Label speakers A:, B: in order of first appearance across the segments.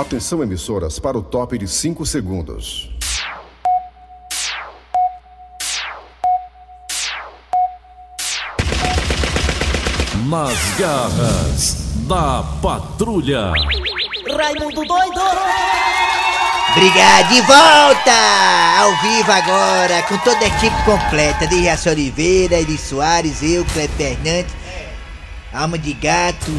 A: Atenção, emissoras, para o top de 5 segundos.
B: Nas garras da patrulha.
C: Raimundo doido!
D: Obrigado, de volta! Ao vivo agora, com toda a equipe completa de Jaci Oliveira, Eri Soares, eu, Cleber Fernandes, Alma de Gato,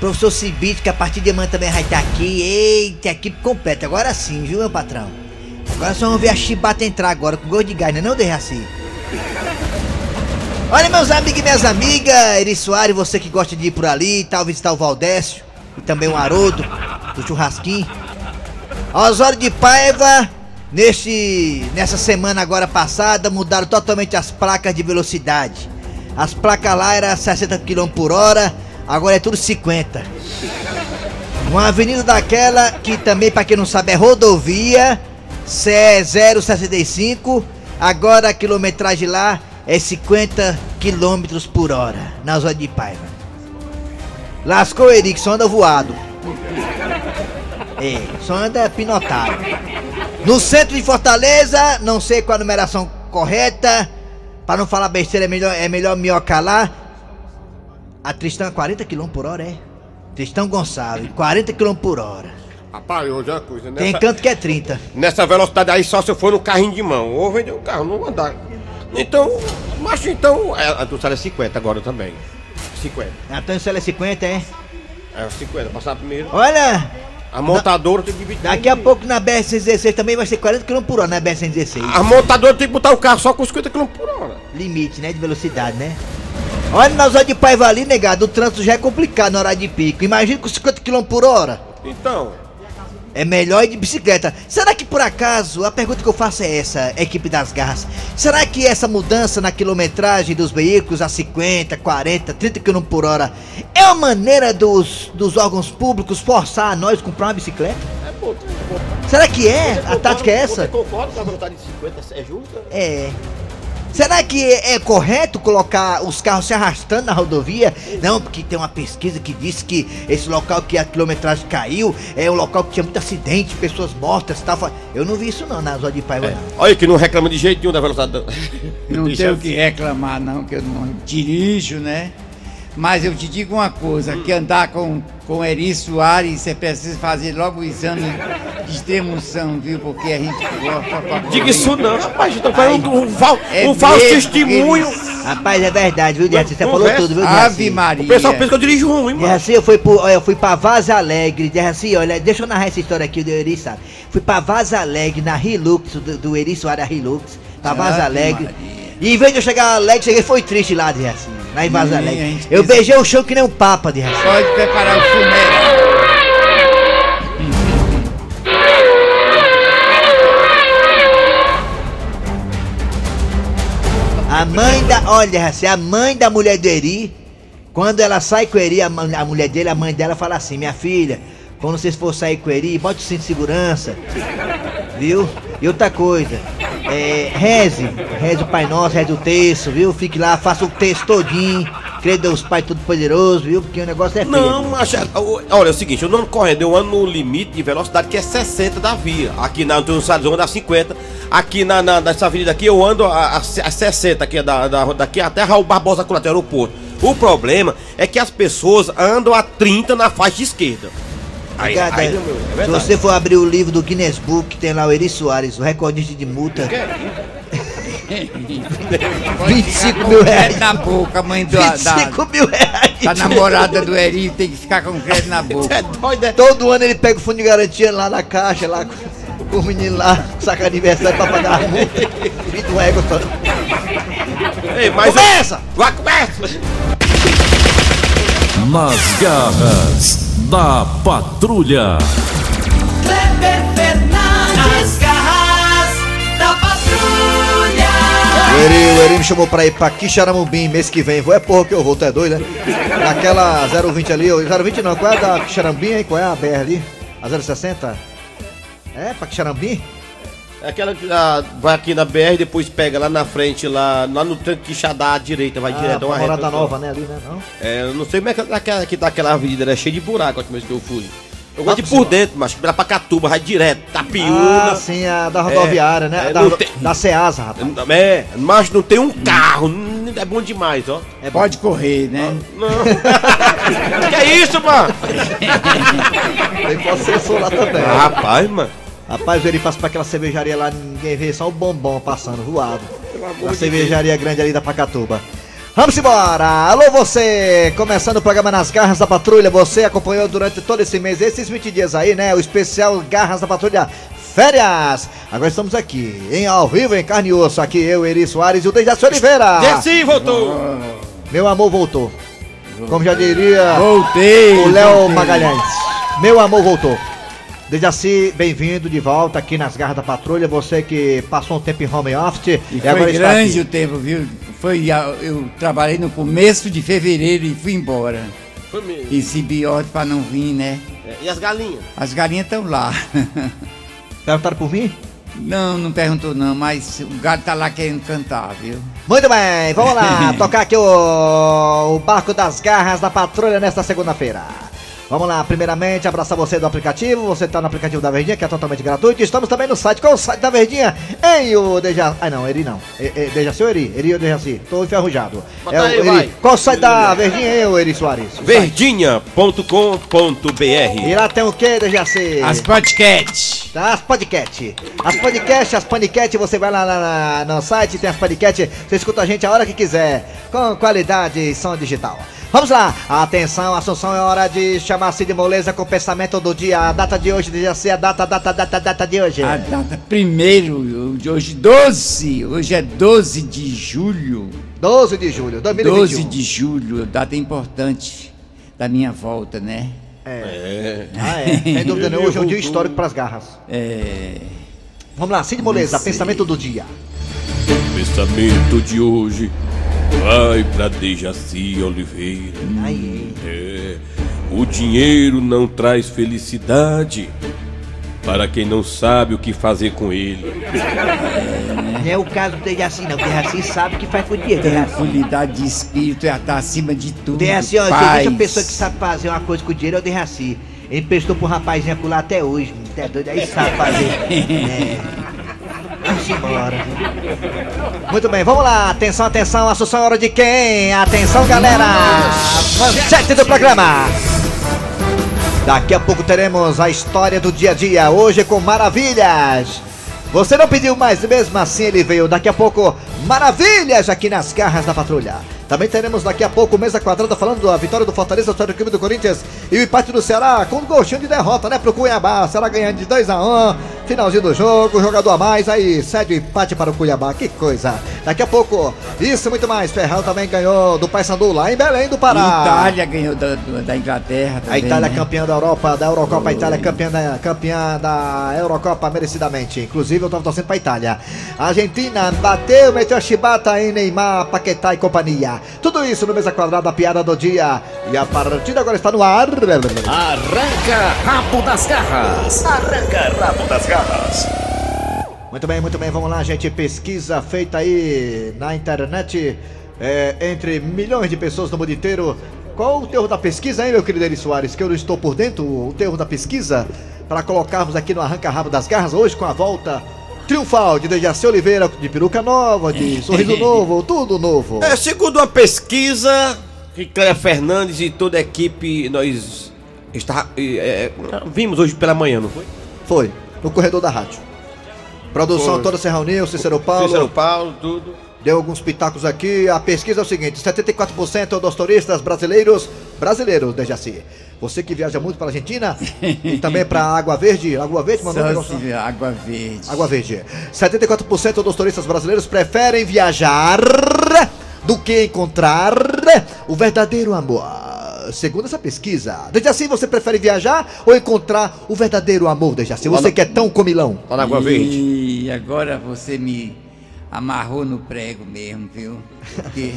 D: Professor Cibite, que a partir de amanhã também vai estar aqui. Eita, equipe completa, agora sim, viu, meu patrão? Agora só vamos ver a chibata entrar agora com gol de gás, não é não, De Jaci? Olha, meus amigos e minhas amigas, Eri Soares, você que gosta de ir por ali, tal, visitar o Valdécio, e também o Haroldo, do churrasquinho. Osório de Paiva, neste, nessa semana agora passada, mudaram totalmente as placas de velocidade. As placas lá eram 60 km por hora, agora é tudo 50. Uma avenida daquela que também, pra quem não sabe, é rodovia, CE065, agora a quilometragem lá é 50 km por hora, na Osório de Paiva. Lascou Erickson, anda voado. É, só anda pinotado. No centro de Fortaleza, não sei qual a numeração correta. Pra não falar besteira, é melhor, é melhor minhocar lá. A Tristão é 40 km por hora, é? Tristão Gonçalves, 40 km por hora.
E: Rapaz, hoje é uma coisa,
D: Tem
E: nessa,
D: canto que é 30.
E: nessa velocidade aí só se eu for no carrinho de mão. Ou vender o carro, não vou andar. Então, macho, então. é, A do Sara é 50 agora também. 50.
D: Antônio Célio é 50, é?
E: É 50, passar primeiro.
D: Olha,
E: A montadora tem que dividir.
D: daqui a pouco na BR-116 também vai ser 40 km por hora na BR-116.
E: A montadora tem que botar o carro só com 50 km por hora.
D: limite, né? De velocidade, né? Olha, na zona de Paiva ali, negado, o trânsito já é complicado na hora de pico. Imagina com 50 km por hora.
E: Então,
D: É melhor ir de bicicleta. Será que por acaso, a pergunta que eu faço é essa, equipe das garras, será que essa mudança na quilometragem dos veículos a 50, 40, 30 km por hora é uma maneira dos, dos órgãos públicos forçar a nós comprar uma bicicleta?
E: é bom. Você
D: Será que é? A
E: concorda-
D: tática é essa?
E: Você concorda com a velocidade de 50? É justa?
D: É. Será que é é correto colocar os carros se arrastando na rodovia? Não, porque tem uma pesquisa que diz que esse local que a quilometragem caiu é um local que tinha muito acidente, pessoas mortas e tal. Fa- Eu não vi isso não na Zona de Paiva, não.
E: Olha que não reclama de jeito nenhum da velocidade. da-
F: Não
E: Deixa
F: tenho o
E: assim.
F: que reclamar, não, que eu não dirijo, né? Mas eu te digo uma coisa,
E: Hum.
F: que andar com, com Eri Soares, você precisa fazer logo o exame de tremunção, viu? Porque a gente gosta pra
E: Diga isso não, rapaz. Então faz um, um, fal-
F: É
E: um falso
F: mesmo,
E: testemunho.
F: eles-
D: Rapaz, é verdade, viu, Diaci? Você falou
E: Conversa.
D: tudo, viu,
F: Ave
D: Diaci?
F: Maria.
E: O pessoal pensa que eu dirijo ruim, mano.
D: Diaci, assim, eu fui, pro, olha, eu fui pra Vaza Alegre, Diaci, olha, deixa eu narrar essa história aqui do Eri, sabe? Fui pra Vaza Alegre, na Hilux, do, do Eri Soares da Hilux, pra Vaza
F: Ave
D: Alegre.
F: Maria.
D: E em vez de eu chegar alegre, cheguei foi triste lá, Diaci, lá em Vaza
F: Ih, a
D: Alegre.
F: gente
D: Eu
F: precisa-
D: beijei o chão que nem um papa, Diaci.
F: Pode preparar o funeral.
D: A mãe da, olha, Diaci, a mãe da mulher do Eri, quando ela sai com o Eri, a, mãe- a mulher dele, a mãe dela fala assim, minha filha, quando vocês for sair com o Eri, bote o cinto de segurança, viu? E outra coisa, é, reze, reze o Pai Nosso, reze o texto, viu? Fique lá, faça o texto todinho, crê em Deus Pai Todo-Poderoso, viu? Porque o negócio é feio.
E: Não, mas é- o- olha, é o seguinte, eu não ando correndo, eu ando no limite de velocidade que é 60 da via. Aqui na Antônio Salles eu ando a 50. Aqui na, na- nessa avenida aqui eu ando a, a, a 60 aqui da, da, daqui até Raul Barbosa Curato aeroporto. O problema é que as pessoas andam a 30 na faixa esquerda. Aí,
D: Obrigado,
E: aí,
D: aí.
E: meu, é
D: Se
E: verdade.
D: você for abrir o livro do Guinness Book, que tem lá o Eri Soares, o recordista de multa, 25 mil reais.
F: Crédito na boca, mãe do, da,
D: 25
F: da,
D: mil reais.
F: da namorada do Eri, tem que ficar com crédito na boca.
E: É doido, é?
D: Todo ano ele pega o fundo de garantia lá na caixa, lá com, com o menino lá, saca aniversário pra pagar a multa. Frito um ego todo.
E: Ei, mas é-
D: Começa!
E: Vai, começa!
B: Nas garras da patrulha.
C: Kleber Fernandes! Nas garras da patrulha!
D: O Eri, o Eri me chamou pra ir pra Quixaramubim mês que vem. Vou é porra que eu vou, tu é doido, né? Naquela 020 ali, ou 020 não, qual é a da Quixarambim, hein? Qual é a BR ali? A 060? É, pra Quixarambim?
E: É Aquela que ah, vai aqui na BR, depois pega lá na frente, lá, lá no tanque que xadá à direita, vai
D: Ah,
E: direto,
D: pra
E: dá uma reta.
D: Morada Nova, né? Ali, né? Não?
E: né? É, eu não sei como é que daquela, que daquela avenida era cheia de buraco, a última vez que eu fui. Eu gosto de por dentro, macho. Pra Pacatuba, vai direto. tá Tapiúna.
D: Ah, sim, a da rodoviária, né?
E: É,
D: da,
E: não tem-
D: da Ceasa, rapaz.
E: É, macho, não tem um carro. hum, É bom demais, ó.
F: Pode correr, né?
E: Não. que é isso, mano?
D: Tem processor lá também.
E: Rapaz, mano.
D: Rapaz, ele passa pra aquela cervejaria lá, ninguém vê, só o bombom passando, voado. Na cervejaria grande ali da Pacatuba. Vamos embora! Alô você! Começando o programa Nas Garras da Patrulha, você acompanhou durante todo esse mês, esses 20 dias aí, né? O especial Garras da Patrulha Férias! Agora estamos aqui, em ao vivo, em carne e osso, aqui eu, Eri Soares e o Dejaci Oliveira!
E: Desci, Ah. assim voltou.
D: Meu amor voltou. Como já diria
F: Voltei.
D: o Léo
F: voltei.
D: Magalhães. Meu amor voltou. Dejaci, bem-vindo de volta aqui nas Garras da Patrulha. Você que passou um tempo em home office
F: E
D: e,
F: foi
D: agora está
F: grande o
D: É, tá aqui.
F: tempo, viu? Foi, a- eu trabalhei no começo de fevereiro e fui embora.
E: Foi mesmo.
F: Esse biote pra não vir, né?
E: É, E as galinhas?
F: As galinhas estão lá.
D: Perguntaram por mim?
F: Não, não perguntou não, mas o gato tá lá querendo cantar, viu?
D: Muito bem, vamos lá tocar aqui o, o barco das garras da patrulha nesta segunda-feira. Vamos lá, primeiramente, abraçar você do aplicativo. Você está no aplicativo da Verdinha, que é totalmente gratuito. Estamos também no site. Qual o site da Verdinha? Ei, o Deja. Ah, não, Eri não. E- e- Dejaci ou Eri? Eri ou Dejaci? Tô enferrujado. É
E: Bota
D: o
E: aí,
D: Eri.
E: vai.
D: Qual o site da Verdinha? Eu, Eri Soares. E
E: Verdinha.com.br
D: lá tem o que, Dejaci?
F: As podcast.
D: As podcast. As podcast, as podcast, você vai lá na- na- no site, tem as podcast, você escuta a gente a hora que quiser, com qualidade e som digital. Vamos lá, atenção, Assunção, é hora de chamar Cid Moleza com o pensamento do dia. A data de hoje, já ser a data, data, data, data de hoje.
F: A data primeiro, de hoje 12, hoje é 12 de julho.
D: 12 de julho, 2021.
F: 12 de julho, data importante da minha volta, né?
D: Ah, é, sem dúvida nenhuma, hoje é um dia histórico para as garras.
F: É,
D: Vamos lá, Cid Moleza,
F: sei.
D: pensamento do dia.
G: Pensamento de hoje vai pra Dejaci Oliveira. É, o dinheiro não traz felicidade para quem não sabe o que fazer com ele.
D: Não é o caso do Dejaci, não. O Dejaci sabe que faz por
F: É.
D: dia,
F: tranquilidade de espírito é estar acima de tudo.
D: Tem assim, ó,
F: paz.
D: existe uma pessoa que sabe fazer uma coisa com o dinheiro, é o de Raci. Ele emprestou pro rapazinho acular até hoje, mano. Tá doido, aí sabe fazer. É. Vamos embora. né? Muito bem, vamos lá. Atenção, atenção, assunção é hora de quem? Atenção, galera. Manchete do programa. Daqui a pouco teremos a história do dia a dia, hoje com Maravilhas. Você não pediu mais, mesmo assim ele veio. Daqui a pouco, Maravilhas aqui nas garras da patrulha. Também teremos daqui a pouco Mesa Quadrada falando da vitória do Fortaleza sobre o clube do Corinthians e o empate do Ceará com um gostinho de derrota, né? Pro Cuiabá. Ceará ganhando de 2x1, finalzinho do jogo, jogador a mais, aí cede o empate para o Cuiabá. Que coisa. Daqui a pouco, isso e muito mais. Ferral também ganhou do Paysandu lá em Belém do Pará.
F: Itália ganhou da, do- da Inglaterra também,
D: A Itália
F: né?
D: campeã da Europa, da Eurocopa, a Itália campeã da, campeã da Eurocopa merecidamente. Inclusive, eu tava torcendo pra Itália. A Argentina bateu, meteu a chibata em Neymar, Paquetá e companhia. Tudo isso no Mesa Quadrada, a piada do dia. E a partida agora está no ar.
B: Arranca rabo das garras. Arranca rabo das garras.
D: Muito bem, muito bem, vamos lá, gente. Pesquisa feita aí na internet é, entre milhões de pessoas no mundo inteiro. Qual o termo da pesquisa, hein, meu querido Eri Soares? Que eu não estou por dentro, o termo da pesquisa, para colocarmos aqui no Arranca-Rabo das Garras, hoje com a volta triunfal de Dejaci Oliveira, de peruca nova, de sorriso novo, tudo novo.
E: É, segundo uma pesquisa, que Cléia Fernandes e toda a equipe, nós está, é, é, vimos hoje pela manhã, não foi?
D: Foi, no corredor da rádio. Produção
E: Foi.
D: toda se reuniu, Cícero Paulo.
E: São Paulo, tudo.
D: Deu alguns pitacos aqui. A pesquisa é o seguinte: 74% dos turistas brasileiros, brasileiros, Dejaci. Você que viaja muito para a Argentina e também para Água Verde, Água Verde, mandou um
F: Só
D: negócio.
F: se- Água Verde.
D: Água Verde. 74% dos turistas brasileiros preferem viajar do que encontrar o verdadeiro amor. Segundo essa pesquisa, Dejaci, você prefere viajar ou encontrar o verdadeiro amor, Dejaci? Você que é tão comilão.
E: Lá na Água
F: e
E: Verde.
F: agora você me amarrou no prego mesmo, viu? Porque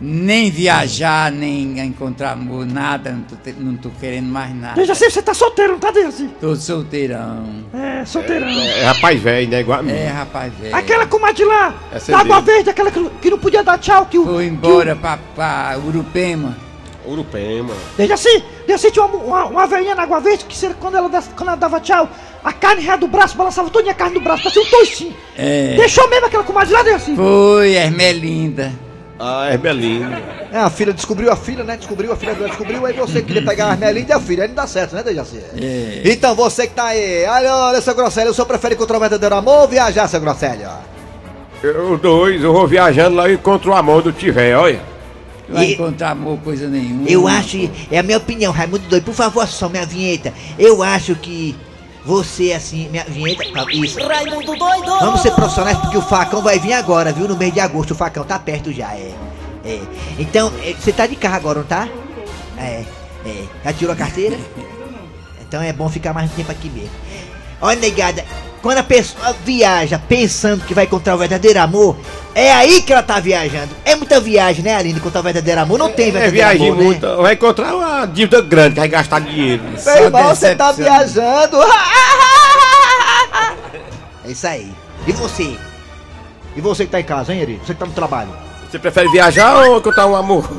F: nem viajar, nem encontrar amor, nada, não tô, te- não tô querendo mais nada.
H: Dejaci, você tá solteiro, não tá, Dejaci?
F: Tô solteirão.
H: É, solteirão.
E: É, rapaz velho, né? Igual a mim.
F: É, rapaz, velho.
H: Aquela comadre lá,
E: Essa é
H: da água
E: dele.
H: verde, aquela que, que não podia dar tchau, que o...
F: Foi
H: que o-
F: embora pra, pra Urupema.
E: Urupema.
H: Desde assim, desde assim tinha uma, uma, uma velhinha na água verde que se- quando ela, des- quando ela dava tchau, a carne ré do braço balançava toda a carne do braço, parecia um toicinho.
F: É.
H: Deixou mesmo aquela comadre lá dentro assim.
F: Foi, é Hermelinda.
E: Ah, Hermelinda.
D: É, a filha descobriu a filha, né? Descobriu a filha, agora descobriu, aí você queria pegar a Armelinda e a filha, aí não dá certo, né, Dejaci?
F: É.
D: Então você que tá aí, olha, olha, seu Grosselho, o senhor prefere encontrar o verdadeiro amor ou viajar, seu Grosselho?
E: Eu dois, eu vou viajando lá e encontro a mão do tiver, olha.
F: Não vai
D: E-
F: encontrar amor, coisa nenhuma.
D: Eu acho, é a minha opinião, Raimundo Doido, por favor, só minha vinheta. Eu acho que você, assim, minha vinheta, isso.
C: Raimundo doido!
D: Vamos ser profissionais porque o facão vai vir agora, viu? No mês de agosto, o facão tá perto já, é. É. Então, é, você tá de carro agora, não tá? É, é. Já tirou a carteira? Então é bom ficar mais tempo aqui mesmo. Olha, negada, quando a pessoa viaja pensando que vai encontrar o verdadeiro amor, é aí que ela tá viajando. É muita viagem, né, Aline? Encontrar o verdadeiro amor. Não tem
E: É
D: verdadeiro
E: viagem
D: amor, né?
E: muito. Vai encontrar uma dívida grande, que vai gastar dinheiro.
F: Só
D: Meu irmão, você tá
F: decepção.
D: viajando. é isso aí. E você? E você que tá em casa, hein, Eri? Você que tá no trabalho.
E: Você prefere viajar ou encontrar um amor?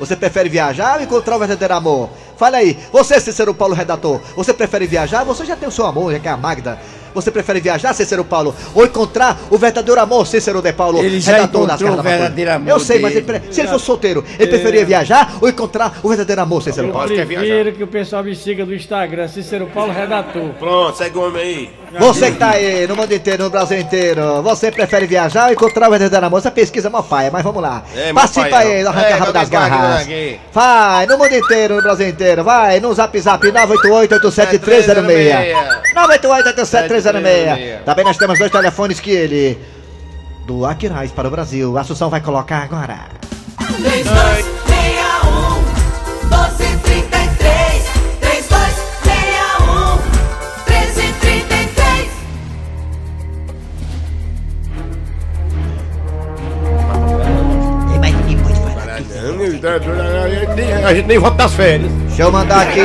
D: Você prefere viajar ou encontrar o verdadeiro amor? Fala aí, você, Cícero Paulo, redator, você prefere viajar? Você já tem o seu amor, já que é a Magda. Você prefere viajar, Cícero Paulo, ou encontrar o verdadeiro amor, Cícero de Paulo,
F: Ele já
D: redator das Garras da
F: encontrou o
D: Patrulha?
F: verdadeiro amor
D: Eu sei, mas
F: dele. É.
D: ele pre- se ele fosse solteiro, ele preferia viajar ou encontrar o verdadeiro amor, Cícero Paulo?
E: Paulo quer viajar.
I: Prefiro que o pessoal me siga no Instagram, Cícero Paulo Redator.
E: Pronto, segue o homem aí.
D: Você que tá aí no mundo inteiro, no Brasil inteiro, você prefere viajar ou encontrar o verdadeiro amor? Essa pesquisa é uma paia, mas vamos lá.
E: É, mó
D: Participa
E: paia,
D: aí
E: não.
D: do
E: É,
D: Arranca Rabo
E: não
D: das
E: tem vaga,
D: Garras.
E: ninguém.
D: Vai, no mundo inteiro, no Brasil inteiro, vai, no zap zap 988-87306. 988-87306. Também nós temos dois telefones que ele. Do Aquiraz para o Brasil. A Assunção vai colocar agora.
C: 3261 1233 3261 1333
D: Tem É mais ninguém pode falar aqui.
E: A gente nem volta das férias.
D: Deixa eu mandar aqui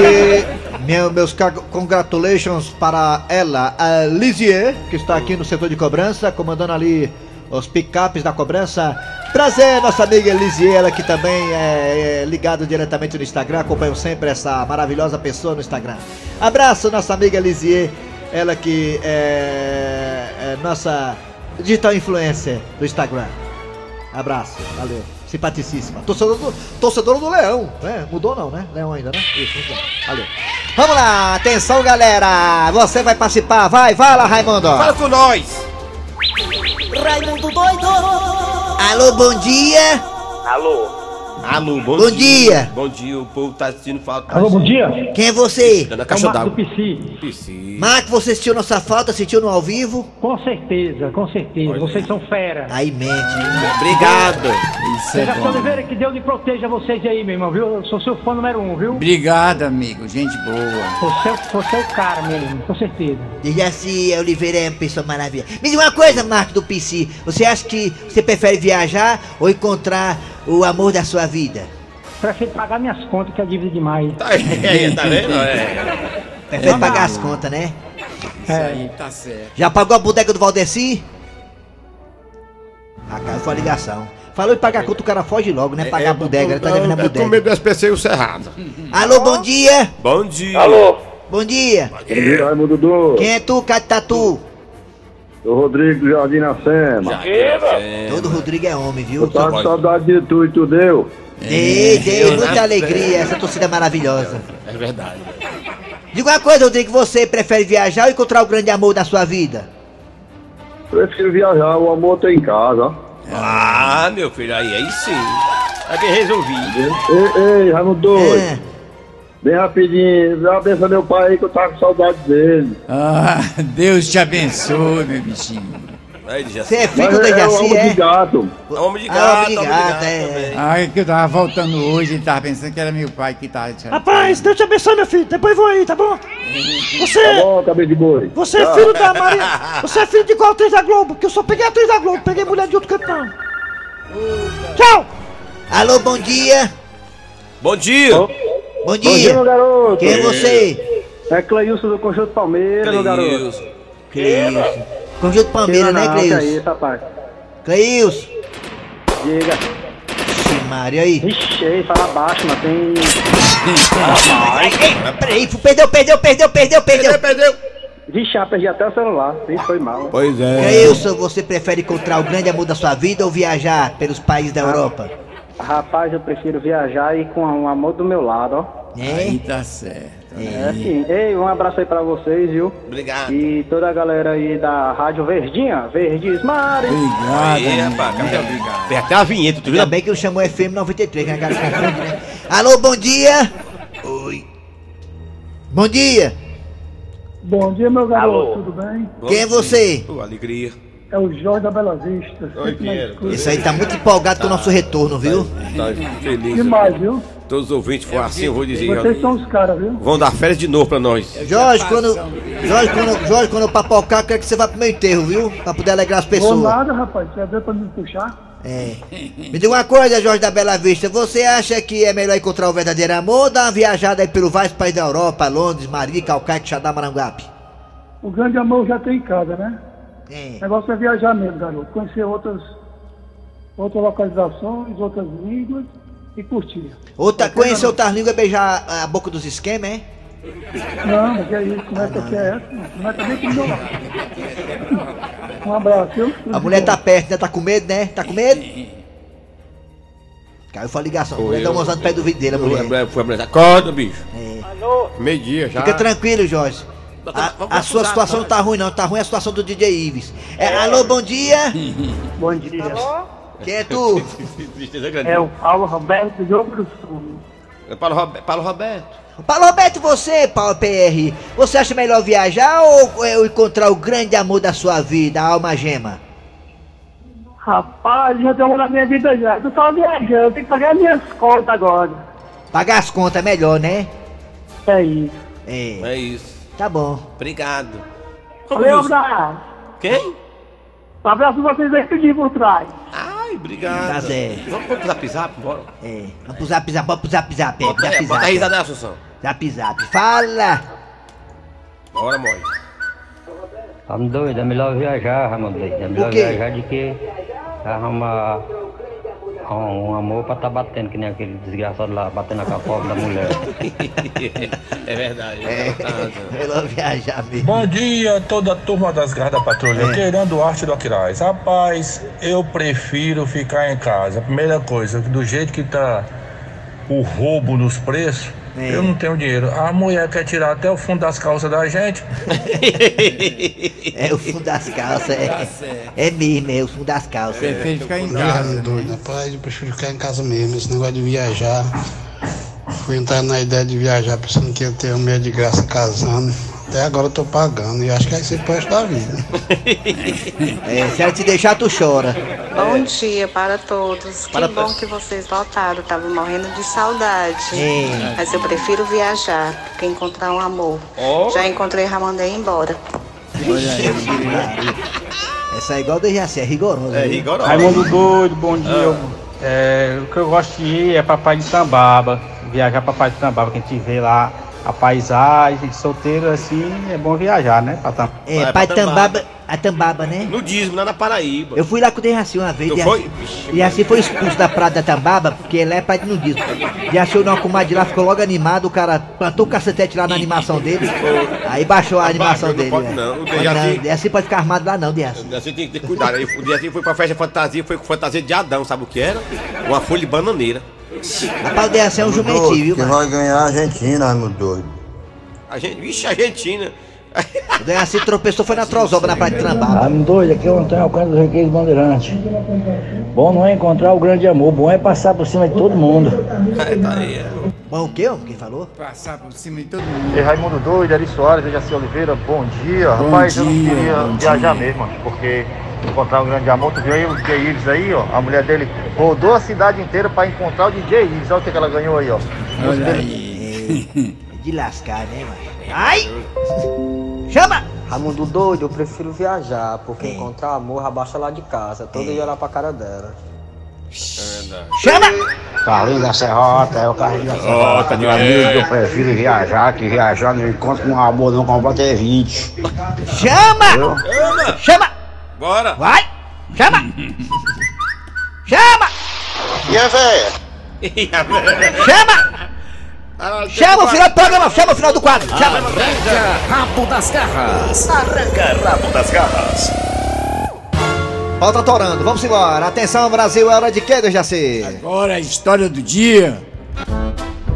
D: meu- meus ca- congratulations para ela, a Lisier, que está aqui no setor de cobrança, comandando ali os picapes da cobrança. Prazer, nossa amiga Lisier, ela que também é, é ligada diretamente no Instagram, acompanho sempre essa maravilhosa pessoa no Instagram. Abraço, nossa amiga Lisier, ela que é, é nossa digital influencer do Instagram. Abraço, valeu. Simpaticíssima. Torcedora do, torcedora do Leão, né? Mudou não, né? Leão ainda, né? Isso, muito bem. Valeu. Vamos lá, atenção galera! Você vai participar, vai, vai lá, Raimundo!
E: Fala com nós.
C: Raimundo doido
D: Alô, bom dia!
E: Alô, bom,
D: Bom dia.
E: Bom dia, o povo tá assistindo, fala. tá
I: Alô, bom dia.
D: Quem é você?
E: assistindo, Na
I: É o
E: caixa
I: Marco do
E: d'água.
I: PC.
E: Piscina.
D: Marco, você assistiu nossa falta, assistiu no ao vivo?
I: Com certeza, com certeza.
E: Olha.
I: Vocês são fera.
D: Aí mente.
E: Obrigado.
F: Isso é
I: Seja
F: bom.
I: Oliveira, que Deus lhe proteja vocês aí, meu irmão, viu? Eu sou seu fã número um, viu?
F: Obrigado, amigo. Gente boa.
I: Você, você é o cara, meu irmão, com certeza.
D: Dejaci Oliveira é uma pessoa maravilhosa. Me diz uma coisa, Marco do PC. Você acha que você prefere viajar ou encontrar o amor da sua vida?
I: Prefiro pagar minhas contas, que é dívida demais.
E: Tá aí, tá vendo? É.
D: Prefere
I: É,
D: pagar
I: Marco.
D: as contas, né?
F: Isso aí tá certo.
D: Já pagou a bodega do Valdeci? Ah, cara, foi uma ligação. Falou em pagar conta, o cara foge logo, né? Pagar a bodega, ele tá devendo a
E: É, Eu tô com
D: bodega.
E: medo do SPC e o Cerrado.
D: Alô, bom dia!
E: Bom dia.
D: Bom dia!
J: Raimundo Dudu,
D: Quem é tu, Catatu?
J: o Rodrigo do Jardim Nascema.
D: Todo Rodrigo é homem, viu?
J: Eu tava com saudade de tu e tu deu.
D: Dei, dei, muita alegria, essa torcida maravilhosa.
E: É verdade.
D: Diga uma coisa, Rodrigo, você prefere viajar ou encontrar o grande amor da sua vida?
J: Prefiro viajar, o amor tem em casa.
E: Ah, meu filho, aí, aí sim. É bem resolvido.
J: Ei, ei Raimundo Doido,
D: É.
J: bem rapidinho, dá uma benção meu pai aí que eu tava com saudade dele.
F: Ah, Deus te abençoe, meu bichinho.
E: Aí ele já Tá,
D: Você é filho do
J: Mas é, é o
D: Dejaci,
J: amor de
D: é?
J: gato.
E: Homem de
D: Ah,
E: gato,
D: homem de
E: homem de
D: gato,
E: gato
D: é.
E: também.
F: Ah, é que eu tava voltando hoje, ele tava pensando que era meu pai que tava te
H: Rapaz, Deus te abençoe, meu filho. Depois vou aí, tá bom?
J: Tá
H: Você,
J: bom, cabeça de boi. Tá.
H: você é filho da Maria. Você é filho de qual atriz da Globo? Que eu só peguei a atriz da Globo, peguei mulher de outro canto não. Tchau!
D: Alô, bom dia!
E: Bom dia.
D: Bom
J: Bom dia,
D: dia!
J: meu garoto.
D: Quem é você?
J: É Cleilson do Conjunto Palmeiras, meu garoto.
E: Deus.
D: Conjunto
H: é,
D: Palmeiras, né,
J: Tira na alta aí,
D: Cleilson?
J: rapaz.
D: Cleilson!
J: Diga.
D: Ixi, Maria, aí.
J: Ixi, fala baixo, mas tem.
D: Ai, ei, peraí, perdeu, perdeu, perdeu, perdeu, perdeu.
E: Perdeu.
J: Vixe, já perdi até o celular. Isso foi mal.
E: Pois é.
D: Wilson, você prefere encontrar o grande amor da sua vida ou viajar pelos países da Europa?
J: Rapaz, eu prefiro viajar e com o amor do meu lado, ó.
D: É?
F: Tá certo.
J: É assim. Ei, um abraço aí pra vocês, viu?
E: Obrigado.
J: E toda a galera aí da Rádio Verdinha, Verdes Mares.
F: Obrigado.
E: Aí, rapaz, cabelo. Tem até a vinheta, tu viu?
D: Ainda bem que eu chamo FM 93, né, cara? Confunde, né? Alô, bom dia! Oi. Bom dia!
J: Bom dia, meu
B: garoto, Alô.
J: tudo bem?
D: Quem é você?
E: Ô, alegria.
J: É o Jorge da Bela Vista.
E: Oi, Pinheiro.
D: Isso aí tá muito empolgado com o nosso retorno, viu?
E: Tá feliz.
J: viu?
E: Todos os ouvintes foram assim, eu vou dizer.
J: são os caras, viu?
E: Vão dar férias de novo pra nós.
D: Jorge, quando. Jorge, quando, Jorge, quando eu papocar, eu quero que você vá pro meu enterro, viu? Pra poder alegrar as pessoas.
J: rapaz. Você ver pra me puxar?
D: É. Me diga uma coisa, Jorge da Bela Vista. Você acha que é melhor encontrar o verdadeiro amor ou dar uma viajada aí pelo vários países da Europa, Londres, Maria, Calcaque, Xadá, Maranguape?
J: O grande amor já tem em casa, né?
D: É.
J: O negócio é viajar mesmo, garoto. Conhecer outras, outras localizações, outras línguas e curtir.
D: Outra, conhecer
J: né?
D: outras línguas e beijar a- a boca dos esquemas, é?
J: Não, mas é isso. Não é que é essa. Não é também com o meu lado. Um abraço, viu?
D: A mulher tá perto, né? Tá com medo, né? Tá com medo? Caiu foi a ligação. A mulher dá um mãozada no pé do vidro dele, a
E: Foi a
D: mulher.
E: mulher- foi a mulher. Acorda, bicho.
D: É.
E: Meio dia já.
D: Fica tranquilo, Jorge. A, a sua situação não tá ruim, não. Tá ruim a situação do DJ Ives. É, alô, bom dia.
J: Bom dia.
D: Quem é tu?
E: Tristeza grande.
J: É o Paulo Roberto de Ouro Sul.
E: É Paulo, Robe- Paulo Roberto.
D: Paulo Roberto, você, Paulo PR, você acha melhor viajar ou é, encontrar o grande amor da sua vida, a alma gema?
J: Rapaz, já deu na minha vida já. Eu tava viajando, tem que pagar minhas contas agora.
D: Pagar as contas é melhor, né?
J: É isso.
D: É,
E: É isso.
D: tá bom.
E: Obrigado.
J: Valeu, abraço.
E: Quem?
J: Ah, Um abraço pra vocês aí, pedir por trás.
E: Ai, obrigado.
D: Tá certo.
E: Vamos pro zap zap, bora.
D: É, vamos pro zap zap, vamos pro zap zap, é,
E: Bota, aí,
D: zap
E: bota a risada
D: zap,
E: aí, Assunção.
D: zap zap. Fala!
E: Bora, Moy.
I: Vamos doido, é melhor viajar, Ramon doido. É
D: melhor quê? viajar
I: de que arrumar um amor pra tá batendo, que nem aquele desgraçado lá, batendo com a pobre da mulher.
E: é verdade.
D: É, melhor viajar mesmo.
K: Bom dia, toda a turma das Garras da Patrulha. Querendo arte do Aquiraz. Rapaz, eu prefiro ficar em casa. Primeira coisa, do jeito que tá o roubo nos preços,
D: É.
K: eu não tenho dinheiro. A mulher quer tirar até o fundo das calças da gente.
D: É o fundo das calças, é.
E: Tá
D: É mesmo, é o fundo das calças.
F: Prefere ficar em casa.
K: Tá Doido, rapaz, eu prefiro ficar em casa mesmo. Esse negócio de viajar. Fui entrar na ideia de viajar pensando que eu tenho medo de graça casando. Até agora eu tô pagando e acho que é aí você presta da vida.
D: É, se ela te deixar, tu chora.
C: Bom dia para todos.
E: Para
C: que bom
E: todos.
C: que vocês voltaram. Tava morrendo de saudade.
D: É.
C: Mas eu prefiro viajar do que encontrar um amor.
E: Ó.
C: Já encontrei Ramandei embora.
D: Olha aí, que maravilha. Essa é igual do Jaci, é rigorosa.
E: É
D: viu?
E: rigoroso.
I: Raimundo doido, bom dia. É, o que eu gosto de ir é pra Praia de Tambaba. Viajar pra Praia de Tambaba, que a gente vê lá a paisagem, solteiro assim, é bom viajar, né? Pra Tam-
D: É,
E: Vai
D: pai
E: pra
D: Tambaba, a Tambaba, né?
E: No dízimo, lá na Paraíba.
D: Eu fui lá com o Dejaci uma vez.
E: Tu
D: Dejaci-
E: foi? Vixe,
D: Dejaci foi expulso da Praia da Tambaba, porque ele é pai de nudismo. Dejaci olhou uma comadre lá, ficou logo animado. O cara plantou o cacetete lá na animação dele. Aí baixou a
E: Abaixou,
D: animação
E: não
D: dele.
E: pode
D: é.
E: não, o
D: Pode
E: Dejaci-
D: não, Dejaci pode ficar armado lá não, Dejaci.
E: Você Né, tem que ter cuidado. Aí, o dia que foi pra festa fantasia, foi com fantasia de Adão, sabe o que era? Uma folha de bananeira.
D: Rapaz, o Dejaci é um jumentinho, viu, mano?
F: vai ganhar a Argentina, meu doido.
E: A gente, vixe, Argentina.
D: O Dejaci tropeçou, foi na trozoba, na Praia de Tambaba.
I: Ah, me doido, aqui é o Antônio Alcântara dos Requeiros Bandeirantes. Bom não é encontrar o grande amor, bom é passar por cima de todo mundo.
E: É, tá aí.
D: Bom, o quê, homem? Quem falou?
F: Passar por cima de todo mundo.
I: E Raimundo Doido, Eri Soares, Jaci Oliveira, bom dia.
F: Bom
I: Rapaz, eu não
F: dia,
I: queria
F: bom
I: viajar
F: dia.
I: mesmo, acho, porque encontrar um grande amor. Tu viu aí o DJ Ives aí, ó? A mulher dele rodou a cidade inteira pra encontrar o DJ Ives. Olha o que que ela ganhou aí, ó.
F: Olha aí.
D: De lascar, né, mano? Ai! Chama!
J: Raimundo doido, eu prefiro viajar, porque
D: Sim.
J: encontrar amor abaixa lá de casa. Todo dia olhar pra cara dela.
D: Chama!
I: Carlinhos da Serrota, é o Carlinhos da Serrota,
F: tá
I: meu amigo. Eu prefiro viajar, que viajar não encontro com um amor não completo é 20.
D: Chama!
E: Chama!
D: Chama!
E: Bora!
D: Vai! Chama! Chama!
K: E é, velho?
L: Chama! Chama o final do programa, chama o final do quadro. Chama.
M: Arranca rabo das garras. Arranca rabo das garras.
L: Ó, tá torando, vamos embora. Atenção, Brasil, é hora de quê, Dejaci?
F: Agora a história do dia.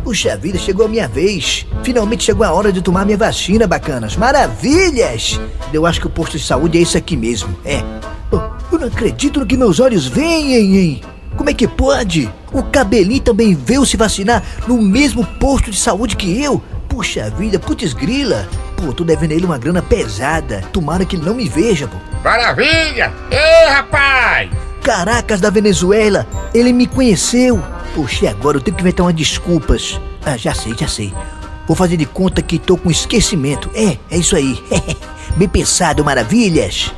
D: Puxa vida, chegou a minha vez. Finalmente chegou a hora de tomar minha vacina, bacanas. Maravilhas! Eu acho que o posto de saúde é isso aqui mesmo. É. Oh, eu não acredito no que meus olhos veem, hein, hein? Como é que pode? O cabelinho também veio se vacinar no mesmo posto de saúde que eu? Puxa vida, putz grila. Pô, tô devendo a ele uma grana pesada. Tomara que ele não me veja, pô.
E: Maravilha! Ei, rapaz!
D: Caracas da Venezuela, ele me conheceu. Poxa, e agora eu tenho que inventar umas desculpas. Ah, já sei, já sei. Vou fazer de conta que tô com esquecimento. É, é isso aí. Bem pensado, maravilhas.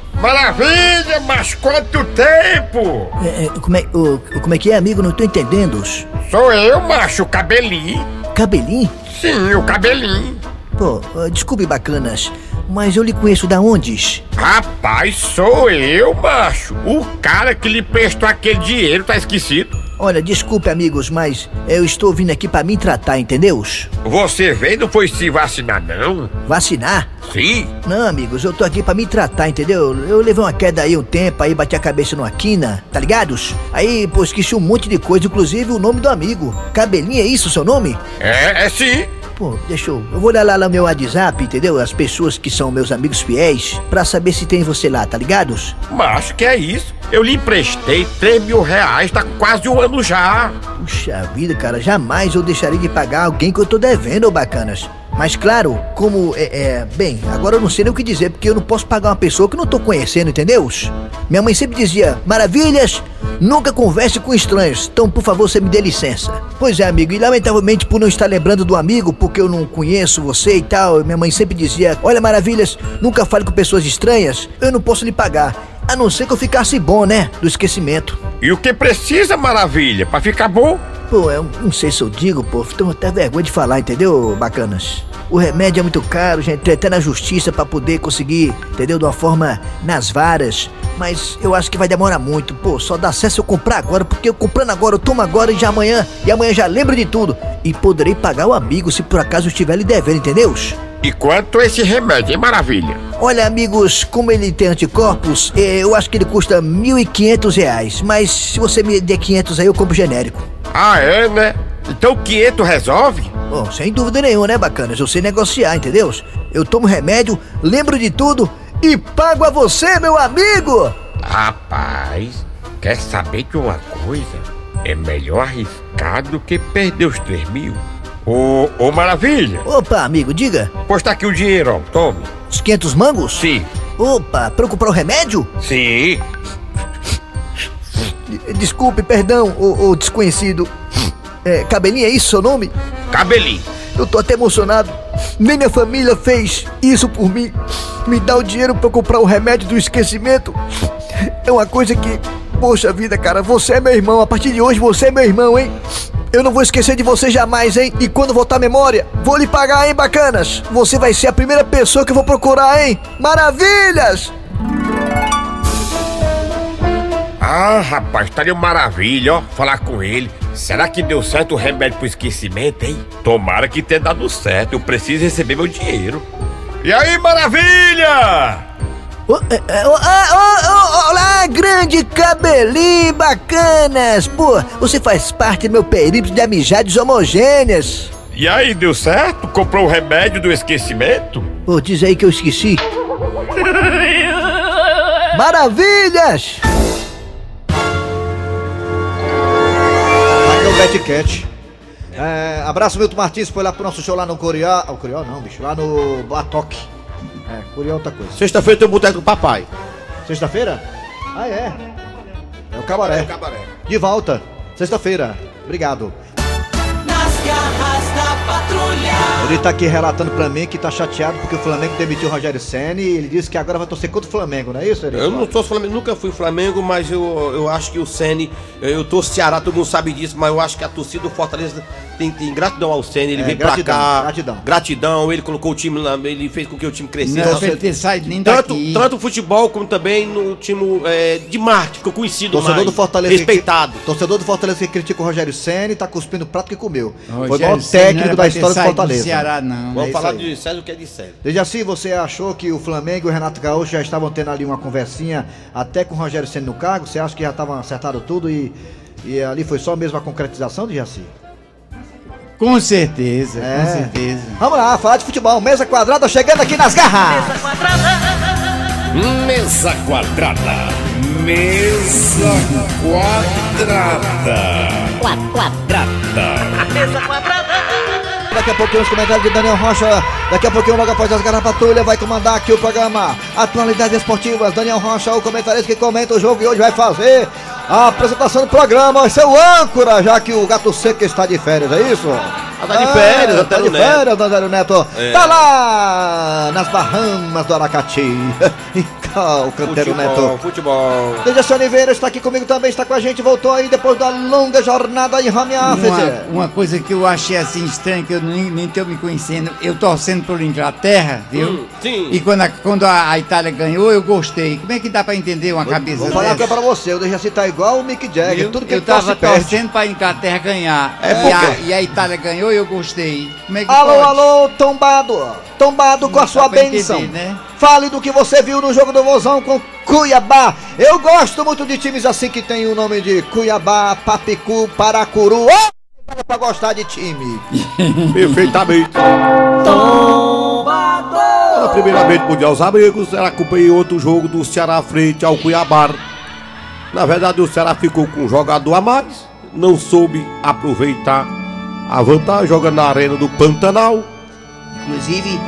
E: Maravilha, mas quanto tempo!
D: É, é, como, é, ô, como é que é, amigo? Não tô entendendo.
E: Sou eu, macho, cabelinho.
D: Cabelinho?
E: Sim, o cabelinho.
D: Pô, ah, desculpe, bacanas, mas eu lhe conheço da onde?
E: Rapaz, sou eu, macho. O cara que lhe prestou aquele dinheiro tá esquecido.
D: Olha, desculpe, amigos, mas eu estou vindo aqui pra me tratar, entendeu?
E: Você veio não foi se vacinar, não?
D: Vacinar?
E: Sim.
D: Não, amigos, eu tô aqui pra me tratar, entendeu? Eu levei uma queda aí um tempo, aí bati a cabeça numa quina, tá ligados? Aí, pô, esqueci um monte de coisa, inclusive o nome do amigo. Cabelinho, é isso o seu nome?
E: É, é sim.
D: Pô, deixa eu. Eu vou olhar lá no meu WhatsApp, entendeu? As pessoas que são meus amigos fiéis, pra saber se tem você lá, tá ligados?
E: Macho, que é isso? Eu lhe emprestei 3 mil reais, tá quase um ano já.
D: Puxa vida, cara, jamais eu deixaria de pagar alguém que eu tô devendo, ô bacanas. Mas claro, como é, é, Bem, agora eu não sei nem o que dizer, porque eu não posso pagar uma pessoa que eu não tô conhecendo, entendeu? Minha mãe sempre dizia: maravilhas, nunca converse com estranhos, então por favor você me dê licença. Pois é, amigo, e lamentavelmente por não estar lembrando do amigo, porque eu não conheço você e tal, minha mãe sempre dizia: olha, maravilhas, nunca fale com pessoas estranhas, eu não posso lhe pagar. A não ser que eu ficasse bom, né? Do esquecimento.
E: E o que precisa, maravilha, pra ficar bom?
D: Pô, eu não sei se eu digo, pô. Tenho até vergonha de falar, entendeu, bacanas? O remédio é muito caro, já entrei até na justiça pra poder conseguir, entendeu? De uma forma nas varas. Mas eu acho que vai demorar muito. Pô, só dá certo se eu comprar agora, porque eu comprando agora, eu tomo agora e já amanhã. E amanhã já lembro de tudo. E poderei pagar o amigo se por acaso eu estiver lhe devendo, entendeu?
E: E quanto esse remédio, hein, maravilha?
D: Olha, amigos, como ele tem anticorpos, eh, eu acho que ele custa R$ 1.500, reais, mas se você me der 500 aí, eu compro genérico.
E: Ah, é, né? Então 500 resolve?
D: Bom, sem dúvida nenhuma, né, bacanas? Eu sei negociar, entendeu? Eu tomo remédio, lembro de tudo e pago a você, meu amigo!
E: Rapaz, quer saber de uma coisa? É melhor arriscar do que perder os 3 mil. Ô, ô maravilha!
D: Opa, amigo, diga.
E: Pois tá aqui o dinheiro, ó, tome.
D: Os 500 mangos?
E: Sim,
D: Opa, pra eu comprar o remédio?
E: sim.
D: De- Desculpe, perdão, ô, ô desconhecido. É, cabelinho, é isso seu nome?
E: Cabelinho.
D: Eu tô até emocionado. Nem minha família fez isso por mim. Me dá o dinheiro pra eu comprar o remédio do esquecimento. É uma coisa que. Poxa vida, cara, você é meu irmão. A partir de hoje você é meu irmão, hein? Eu não vou esquecer de você jamais, hein? E quando voltar à memória, vou lhe pagar, hein, bacanas? Você vai ser a primeira pessoa que eu vou procurar, hein? Maravilhas!
E: Ah, rapaz, tá de maravilha, ó, falar com ele. Será que deu certo o remédio pro esquecimento, hein? Tomara que tenha dado certo, eu preciso receber meu dinheiro. E aí, maravilha!
D: Ô, é, é, ô, ah, ô, ô, Olá, grande cabelinho bacanas! Pô, você faz parte do meu perímetro de amizades homogêneas.
E: E aí, deu certo? Comprou o remédio do esquecimento?
D: Pô, diz aí que eu esqueci. Maravilhas!
L: Aqui é o Betcat. É, abraço, Milton Martins. Foi lá pro nosso show lá no Corió. O Corió não, bicho. Lá no Batoque. É, Corió é outra coisa.
N: Sexta-feira tem o boteco do papai.
L: Sexta-feira? Ah, é. É o cabaré.
N: o cabaré.
L: De volta. Sexta-feira. Obrigado.
C: Nas garras da patrulha.
J: Ele tá aqui relatando pra mim que tá chateado porque o Flamengo demitiu o Rogério Senna e ele disse que agora vai torcer contra o Flamengo, não é isso, Eri?
O: Eu não sou Flamengo, nunca fui Flamengo, mas eu, eu acho que o Sene, eu, eu tô Ceará, todo mundo sabe disso, mas eu acho que a torcida do Fortaleza tem, tem gratidão ao Sene, ele
J: É,
O: veio
J: gratidão,
O: pra cá.
J: gratidão.
O: Gratidão, ele colocou o time lá, ele fez com que o time crescesse. Então, assim,
F: Não, ele ter saído nem
J: tá
O: tanto,
F: daqui.
O: tanto o futebol como também no time é, de marketing, ficou conhecido
J: Torcedor
O: mais,
J: do Fortaleza.
O: Respeitado.
J: Que, É torcedor do Fortaleza que critica o Rogério Senna e tá cuspindo o prato que comeu. Foi o
O: Rogério
J: maior
O: Ceni não
J: técnico
O: era
J: da
O: pra ter
J: história do
O: saído do
J: Fortaleza.
O: Ceará, não. Vamos
J: isso
O: falar
J: aí.
O: de César o que é de César.
J: Desde assim, você achou que o Flamengo e o Renato Gaúcho já estavam tendo ali uma conversinha até com o Rogério Senna no cargo? Você acha que já estavam acertado tudo e, e ali foi só mesmo a concretização de Jaci?
F: Com certeza,
J: É.
F: com certeza.
J: Vamos lá, falar de futebol. Mesa quadrada chegando aqui nas garras.
P: Mesa quadrada. Mesa quadrada. Quadrada. Mesa quadrada.
J: Daqui a pouquinho os comentários de Daniel Rocha. Daqui a pouquinho, logo após as garrapatulhas, vai comandar aqui o programa Atualidades Esportivas. Daniel Rocha, o comentarista que comenta o jogo e hoje vai fazer a apresentação do programa. Seu âncora, já que o Gato Seco está de férias, é isso? Ah,
O: tá de férias, até
J: tá de
O: no Neto.
J: férias, Daniel Neto.
O: É.
J: Tá lá nas Bahamas do Aracati. E cá o canteiro Neto.
O: futebol.
J: Dejaci Oliveira está aqui comigo também, está com a gente, voltou aí depois da longa jornada em home office.
F: Uma, uma coisa que eu achei assim estranha, que eu nem, nem tô me conhecendo, eu torcendo pela Inglaterra, viu?
J: Hum, sim.
F: E quando, a, quando a, a Itália ganhou, eu gostei. Como é que dá pra entender uma cabeça
J: Vou falar é
F: dessa?
J: pra você, o Dejaci tá igual o Mick Jagger,
F: Viu?
J: tudo que
F: eu
J: ele torce,
F: tava
J: perde.
F: torcendo pra Inglaterra ganhar.
J: É
F: e, a,
J: porque-
F: e a Itália ganhou e eu gostei. Como é que
J: Alô,
F: pode?
J: alô, tombado! Tombado com a sua
F: pra entender,
J: benção!
F: né?
J: Fale do que você viu no jogo do Vozão com Cuiabá! Eu gosto muito de times assim que tem o nome de Cuiabá, Papicu, Paracuru. Ô, cara pra gostar de time!
E: Perfeitamente. Tombador! Primeiramente, bom dia aos amigos. Ela acompanhou outro jogo do Ceará frente ao Cuiabá. Na verdade, o Ceará ficou com um jogador a mais, não soube aproveitar a vantagem, jogando na arena do Pantanal.
Q: Inclusive,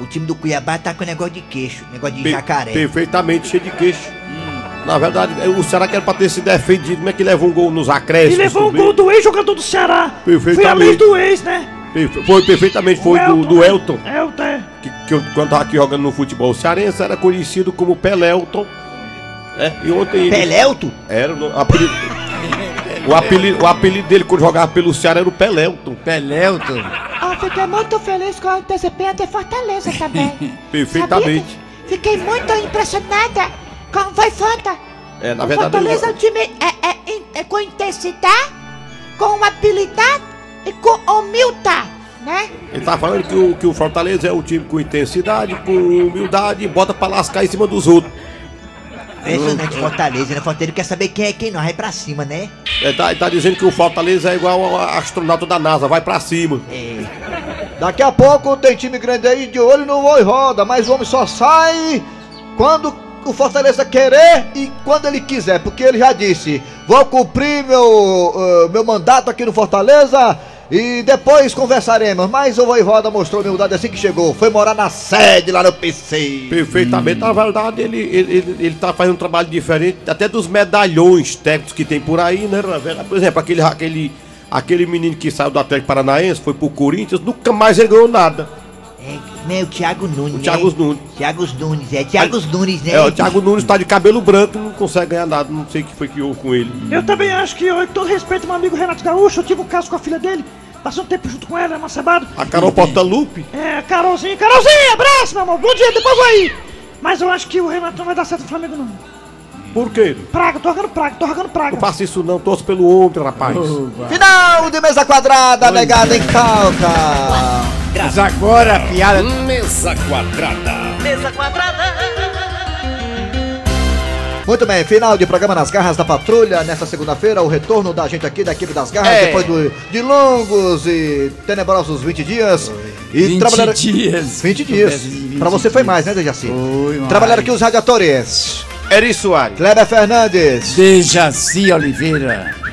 Q: o time do Cuiabá tá com negócio de queixo, negócio de
E: Pe-
Q: jacaré.
E: Perfeitamente cheio de queixo. Hum. Na verdade, é, o Ceará que era pra ter se defendido, como é que levou um gol nos acréscimos?
I: E levou um
E: também?
I: gol do ex-jogador do Ceará. Foi a lei
E: Perfeitamente.
I: do ex, né?
E: Perfe- Foi perfeitamente, foi do, do Elton.
I: É, o é.
E: que, que eu, quando tava aqui jogando no futebol cearense, era conhecido como Pelelton. né? E ontem ele-
Q: Pelelton?
E: Era o no- apelido. O apelido, o apelido dele quando jogava pelo Ceará era o Pelelton. Pelelton?
C: Eu fiquei muito feliz com a antecipenda e Fortaleza também.
E: Perfeitamente.
C: fiquei muito impressionada com o Voivoda.
E: É, na
C: O
E: verdade. ele-
C: Fortaleza é um time é, é, in- é com intensidade, com habilidade e com humildade, né?
E: Ele tá falando que o, que o Fortaleza é um time com intensidade, com humildade e bota pra lascar em cima dos outros. Uhum.
Q: Impressionante, Fortaleza, né? Fortaleza quer saber quem é quem não, vai pra cima, né?
E: Ele tá, ele tá dizendo que o Fortaleza é igual ao astronauta da NASA, vai pra cima.
J: Daqui a pouco tem time grande aí de olho no voo e roda, mas o homem só sai quando o Fortaleza querer e quando ele quiser, porque ele já disse: vou cumprir meu, eh, meu mandato aqui no Fortaleza e depois conversaremos. Mas o Voivoda mostrou humildade assim que chegou, foi morar na sede lá no PC.
E: Perfeitamente. Na verdade, ele, ele, ele, ele tá fazendo um trabalho diferente até dos medalhões técnicos que tem por aí, né, Ravela? Por exemplo, aquele, aquele, aquele menino que saiu do Atlético Paranaense, foi pro Corinthians, nunca mais ele ganhou nada.
Q: Meu, É, o Thiago Nunes, né?
E: O Thiago Nunes.
Q: Thiago Nunes, é. Thiago Nunes, né?
E: É, o Thiago Nunes tá de cabelo branco, não consegue ganhar nada, não sei o que foi que houve com ele.
I: Eu também acho que, eu, com todo respeito, meu amigo Renato Gaúcho, eu tive um caso com a filha dele, passei um tempo junto com ela, amassabado.
E: A Carol Portalupe?
I: É, Carolzinha, Carolzinha, abraço, meu amor, bom dia, depois vou aí. Mas eu acho que o Renato não vai dar certo no Flamengo, não.
E: Por quê?
I: Praga, tô arrancando praga, tô arrancando praga.
E: Não faça isso não, torço pelo outro, rapaz.
J: Final de mesa quadrada, negada em calca.
F: Mas agora a piada.
P: Mesa quadrada. Mesa quadrada.
J: Muito bem, final de programa nas garras da patrulha. Nessa segunda-feira, o retorno da gente aqui, da equipe das garras,
F: É.
J: depois do- de longos e tenebrosos 20 dias. E
F: 20
J: trabalhar-
F: dias.
J: 20 dias.
F: Soubesse de 20
J: Pra você foi mais, né, Dejaci? Foi, Trabalharam aqui os radiadores.
E: Eri Soares.
J: Kleber Fernandes.
F: Dejaci Oliveira.